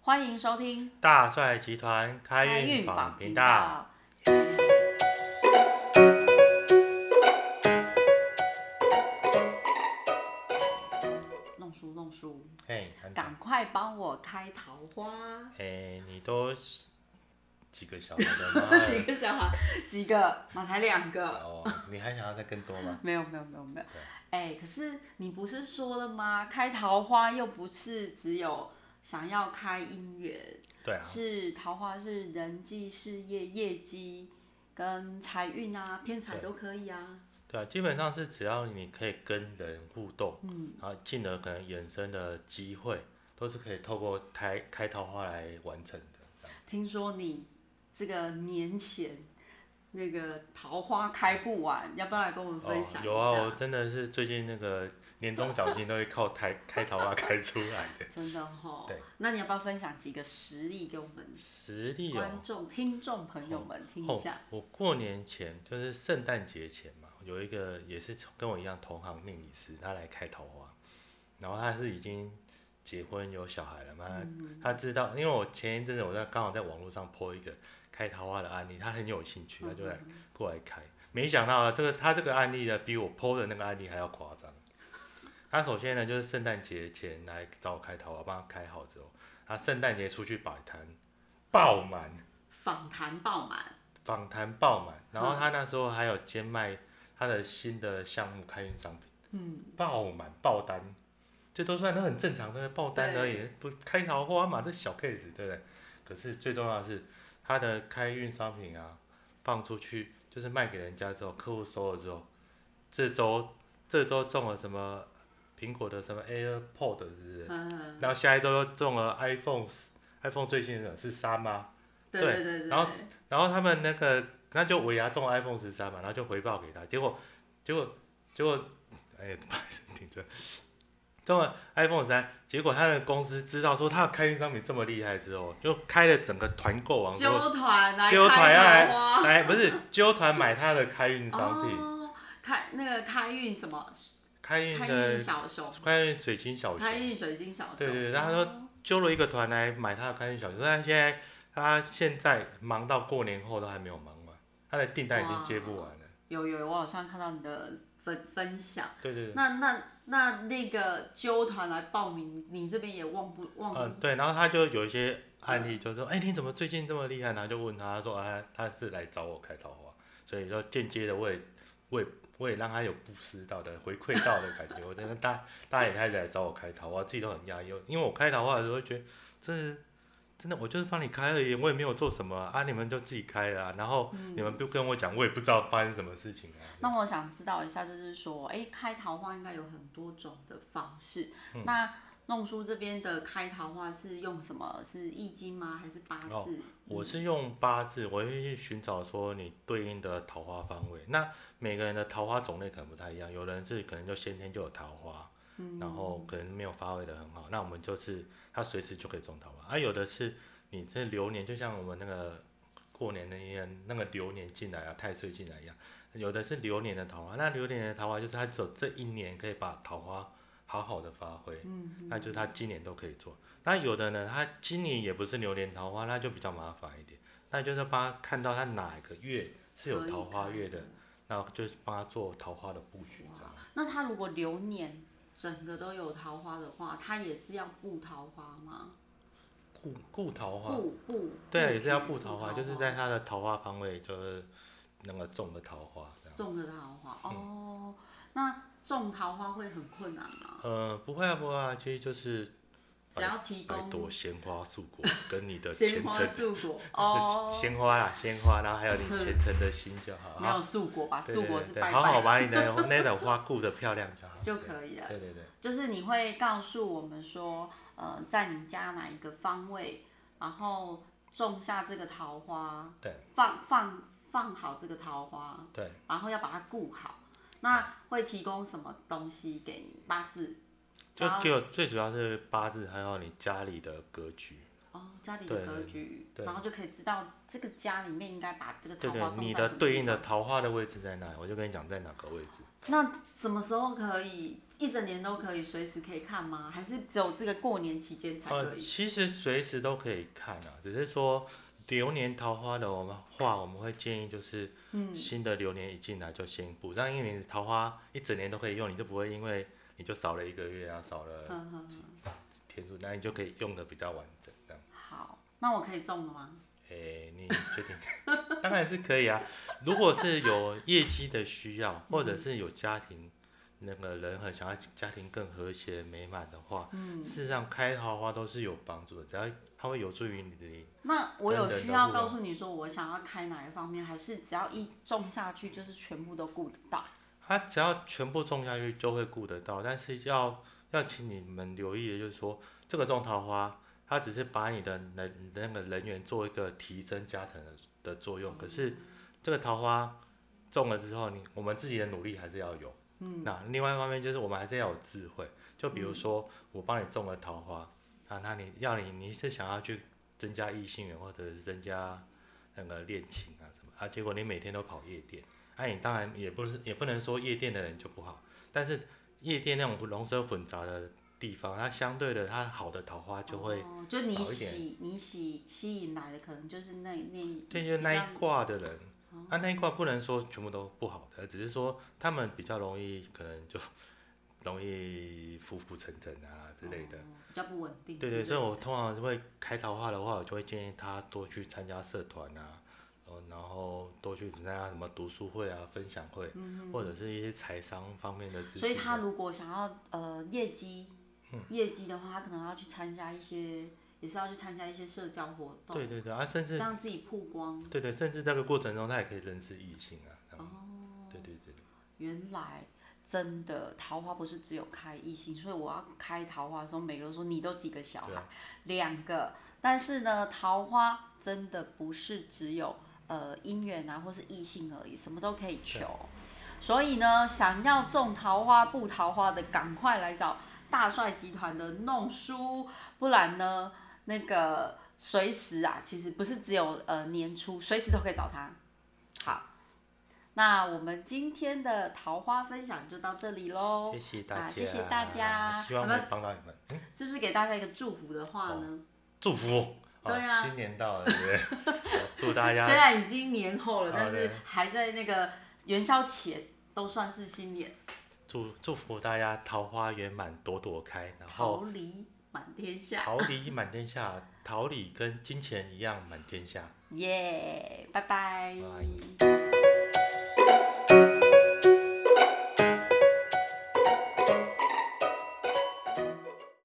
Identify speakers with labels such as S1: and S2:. S1: 欢迎收听
S2: 大帅集团开运坊频道。。
S1: 弄书弄书，
S2: 嘿，安总
S1: 赶快帮我开桃 花！
S2: 嘿，你都几个小孩了吗？
S1: 几个小孩？几个？我才两个。
S2: 哦，你还想要再更多吗？
S1: 没有没有没有没有。哎、可是你不是说了吗？开桃花又不是只有想要开姻缘，
S2: 对啊，
S1: 是桃花是人际、事业、业绩跟财运啊，偏财都可以啊。
S2: 对啊，基本上是只要你可以跟人互动，嗯，然后进而可能衍生的机会，都是可以透过开开桃花来完成的。
S1: 听说你这个年前那个桃花开不完，要不要来跟我们分享一下？
S2: 有啊，我真的是最近那个年终奖金都会靠开开桃花开出来的。
S1: 真的哈
S2: 对。
S1: 那你要不要分享几个实例给我们
S2: 实力哦，
S1: 观众、听众朋友们听一
S2: 哦
S1: 下？，
S2: 我过年前就是圣诞节前嘛，有一个也是跟我一样同行命理师，他来开桃花，然后他是已经结婚有小孩了嘛，
S1: 嗯
S2: 他知道，因为我前一阵子我在刚好在网络上 po 一个开桃花的案例，他很有兴
S1: 嗯
S2: 趣，他就来过来开，没想到啊，这个他这个案例呢，比我 po 的那个案例还要夸张。他首先呢，就是圣诞节前来找我开桃花，帮他开好之后，他圣诞节出去摆摊，爆满。
S1: 访谈爆满，
S2: 访谈爆满，然
S1: 嗯
S2: 后他那时候还有兼卖他的新的项目开运商品，
S1: 嗯，
S2: 爆满爆单，这都算都很正常的爆单而已，不开桃花嘛，这小 case 对不对？可是最重要的是他的开运商品啊，放出去就是卖给人家之后，客户收了之后，这周这周中了什么苹果的什么 AirPod 是不是？
S1: 嗯，
S2: 然后下一周又中了 iPhone iPhone 最新的是三吗？
S1: 对
S2: 对
S1: 对对对。
S2: 然后然后他们那个那就尾牙中了 iPhone 十三嘛，然后就回报给他，结果结果结果，哎， 不好意思，停车。中了 iPhone 十三，结果他的公司知道说他的开运商品这么厉害之后，就开了整个团购网说
S1: 纠团来
S2: 纠团哎要
S1: 开哦
S2: 来
S1: 桃花，
S2: 来不是纠团买他的开运商品，
S1: 哦，开那个开运什么？
S2: 开运
S1: 开
S2: 的
S1: 运小熊，
S2: 开运水晶小
S1: 开
S2: 熊，
S1: 运水晶小熊。
S2: 对对对然后他
S1: 说
S2: 揪了一个团来买他的开运小熊，但他现在他现在忙到过年后都还没有忙完，他的订单已经接不完了，
S1: 有有，我好像看到你的分分享。
S2: 对对对。
S1: 那那那那个纠团来报名，你这边也忘不忘不、
S2: 嗯，对，然后他就有一些案例，就说，哎、你怎么最近这么厉害呢？然后就问他，他说，啊，他是来找我开桃花，所以说间接的我也，我也，我也让他有布施到的回馈到的感觉。我觉得大大家也开始来找我开桃花，自己都很压抑，因为我开桃花的时候会觉得，这是真的，我就是帮你开而已，我也没有做什么啊，你们就自己开了、啊，然后你们不跟我讲，我也不知道发生什么事情啊。
S1: 那我想知道一下，就是说，哎、开桃花应该有很多种的方式。
S2: 嗯
S1: 那弄书这边的开桃花是用什么？是易经吗？还是八
S2: 哦
S1: 字？
S2: 我是用八字，我会去寻找说你对应的桃花方位。那每个人的桃花种类可能不太一样，有人是可能就先天就有桃花，
S1: 嗯
S2: 然后可能没有发挥的很好，那我们就是他随时就可以种桃花。啊，有的是你这流年，就像我们那个过年那一样，那个流年进来啊，太岁进来一样，有的是流年的桃花，那流年的桃花就是他只有这一年可以把桃花好好的发挥，
S1: 嗯
S2: 那就是他今年都可以做。那有的呢，他今年也不是流年桃花，那就比较麻烦一点，那就是帮他看到他哪个月是有
S1: 可以
S2: 桃花月
S1: 看
S2: 的，那就是帮他做桃花的布局这样。
S1: 那他如果流年整个都有桃花的话，他也是要布桃花吗？
S2: 顾顾桃花，
S1: 布布
S2: 对啊，
S1: 布
S2: 也是要
S1: 局
S2: 顾桃花，就是在他的桃花方位，就是那个种的桃花这样。
S1: 种的桃花
S2: 嗯
S1: 哦。那种桃花会很困难吗？
S2: 呃，不会啊，不会啊，其实就是
S1: 只要嗯提
S2: 百
S1: 供
S2: 朵鲜花素 果跟你的
S1: 鲜
S2: 前
S1: 花
S2: 程，
S1: 素 果哦，
S2: 鲜花啦，鲜花，然后还有你前程的心就 好。
S1: 没有素果吧？
S2: 对
S1: 素
S2: 对
S1: 果
S2: 对
S1: 是
S2: 对，
S1: 拜
S2: 好好
S1: 拜
S2: 把你的那朵花顾得漂亮就好。
S1: 就可以了。
S2: 对对对，
S1: 就是你会告诉我们说，呃，在你家哪一个方位，然后种下这个桃花，
S2: 对，
S1: 放放放好这个桃花，
S2: 对，
S1: 然后要把它顾好。那会提供什么东西给你？八字，
S2: 就
S1: 然后
S2: 就最主要是八字，还有你家里的格局，
S1: 哦，家里
S2: 对
S1: 的格局，然后就可以知道这个家里面应该把这个
S2: 对
S1: 桃
S2: 对
S1: 花，种
S2: 你
S1: 在
S2: 的
S1: 什么
S2: 对
S1: 地
S2: 应的
S1: 方。
S2: 桃花的位置在哪？我就跟你讲在哪个位置。
S1: 那什么时候可以？一整年都可以，随时可以看吗？还是只有这个过年期间才可
S2: 呃，
S1: 以？
S2: 其实随时都可以看啊，只是说流年桃花的我们话，我们会建议就是，
S1: 嗯
S2: 新的流年一进来就先补上，因为你的桃花一整年都可以用，你就不会因为你就少了一个月啊，少了
S1: 呵呵呵
S2: 天数，那你就可以用的比较完整这样。
S1: 好，那我可以中了吗？
S2: 诶、你决定， 当然是可以啊。如果是有业绩的需要，或者是有家庭那个人很想要家庭更和谐美满的话，事实上开桃花都是有帮助的，只要它会有助于你的。
S1: 那我有
S2: 真人
S1: 需
S2: 的
S1: 要
S2: 互
S1: 告
S2: 动
S1: 诉你说我想要开哪一方面，还是只要一种下去就是全部都顾得到？
S2: 它只要全部种下去就会顾得到，但是要要请你们留意的就是说，这个种桃花，它只是把你的能你的那个人员做一个提升加成的的作用，可是这个桃花种了之后，你我们自己的努力还是要有。嗯，那另外一方面就是我们还是要有智慧，就比如说我帮你种了桃花，啊，那你要你你是想要去增加异性缘或者是增加那个恋情啊什么啊，结果你每天都跑夜店。哎、你当然也不是，也不能说夜店的人就不好，但是夜店那种龙蛇混杂的地方，它相对的，它好的桃花就会，
S1: 哦、就你
S2: 少一点
S1: 喜你喜吸引来的可能就是那那一
S2: 对，就是
S1: 比
S2: 那
S1: 较
S2: 一卦的人，啊，那一卦不能说全部都不好的，只是说他们比较容易，可能就 容易浮浮沉沉啊之类的。
S1: 哦比较不稳定之
S2: 对
S1: 类的。
S2: 对，所以我通常会开桃花的话，我就会建议他多去参加社团啊，呃然后多去参加什么读书会啊、分享会，或者是一些财商方面的资
S1: 嗯
S2: 讯。
S1: 所以他如果想要呃业绩，业绩的话，他可能要去参加一些，也是要去参加一些社交活动，
S2: 对对对啊，甚至
S1: 让自己曝光。
S2: 对对，甚至这个过程中他也可以认识异性啊，这样。
S1: 哦
S2: 对对对，
S1: 原来真的桃花不是只有开异性，所以我要开桃花的时候，每个人说你都几个小孩，两个。但是呢，桃花真的不是只有呃姻缘啊，或是异性而已，什么都可以求。所以呢，想要种桃花不桃花的，赶快来找大帅集团的弄书，不然呢，那个随时啊，其实不是只有呃年初，随时都可以找他。好，那我们今天的桃花分享就到这里喽
S2: 谢。谢
S1: 啊
S2: 大家，
S1: 谢谢大家
S2: 希望
S1: 那
S2: 能帮到你们，嗯
S1: 是不是给大家一个祝福的话呢？
S2: 祝福。好
S1: 对啊
S2: 新年到了，对不对？好祝大
S1: 虽
S2: 家
S1: 然已经年后了，
S2: 好
S1: 但是
S2: 的
S1: 还在那个元宵前都算是新年，
S2: 祝祝福大家桃花圆满，朵朵开，然
S1: 桃
S2: 后
S1: 李满天下。
S2: 桃李满天下，桃李跟金钱一样满天下。
S1: 嗯耶，拜拜。
S2: 拜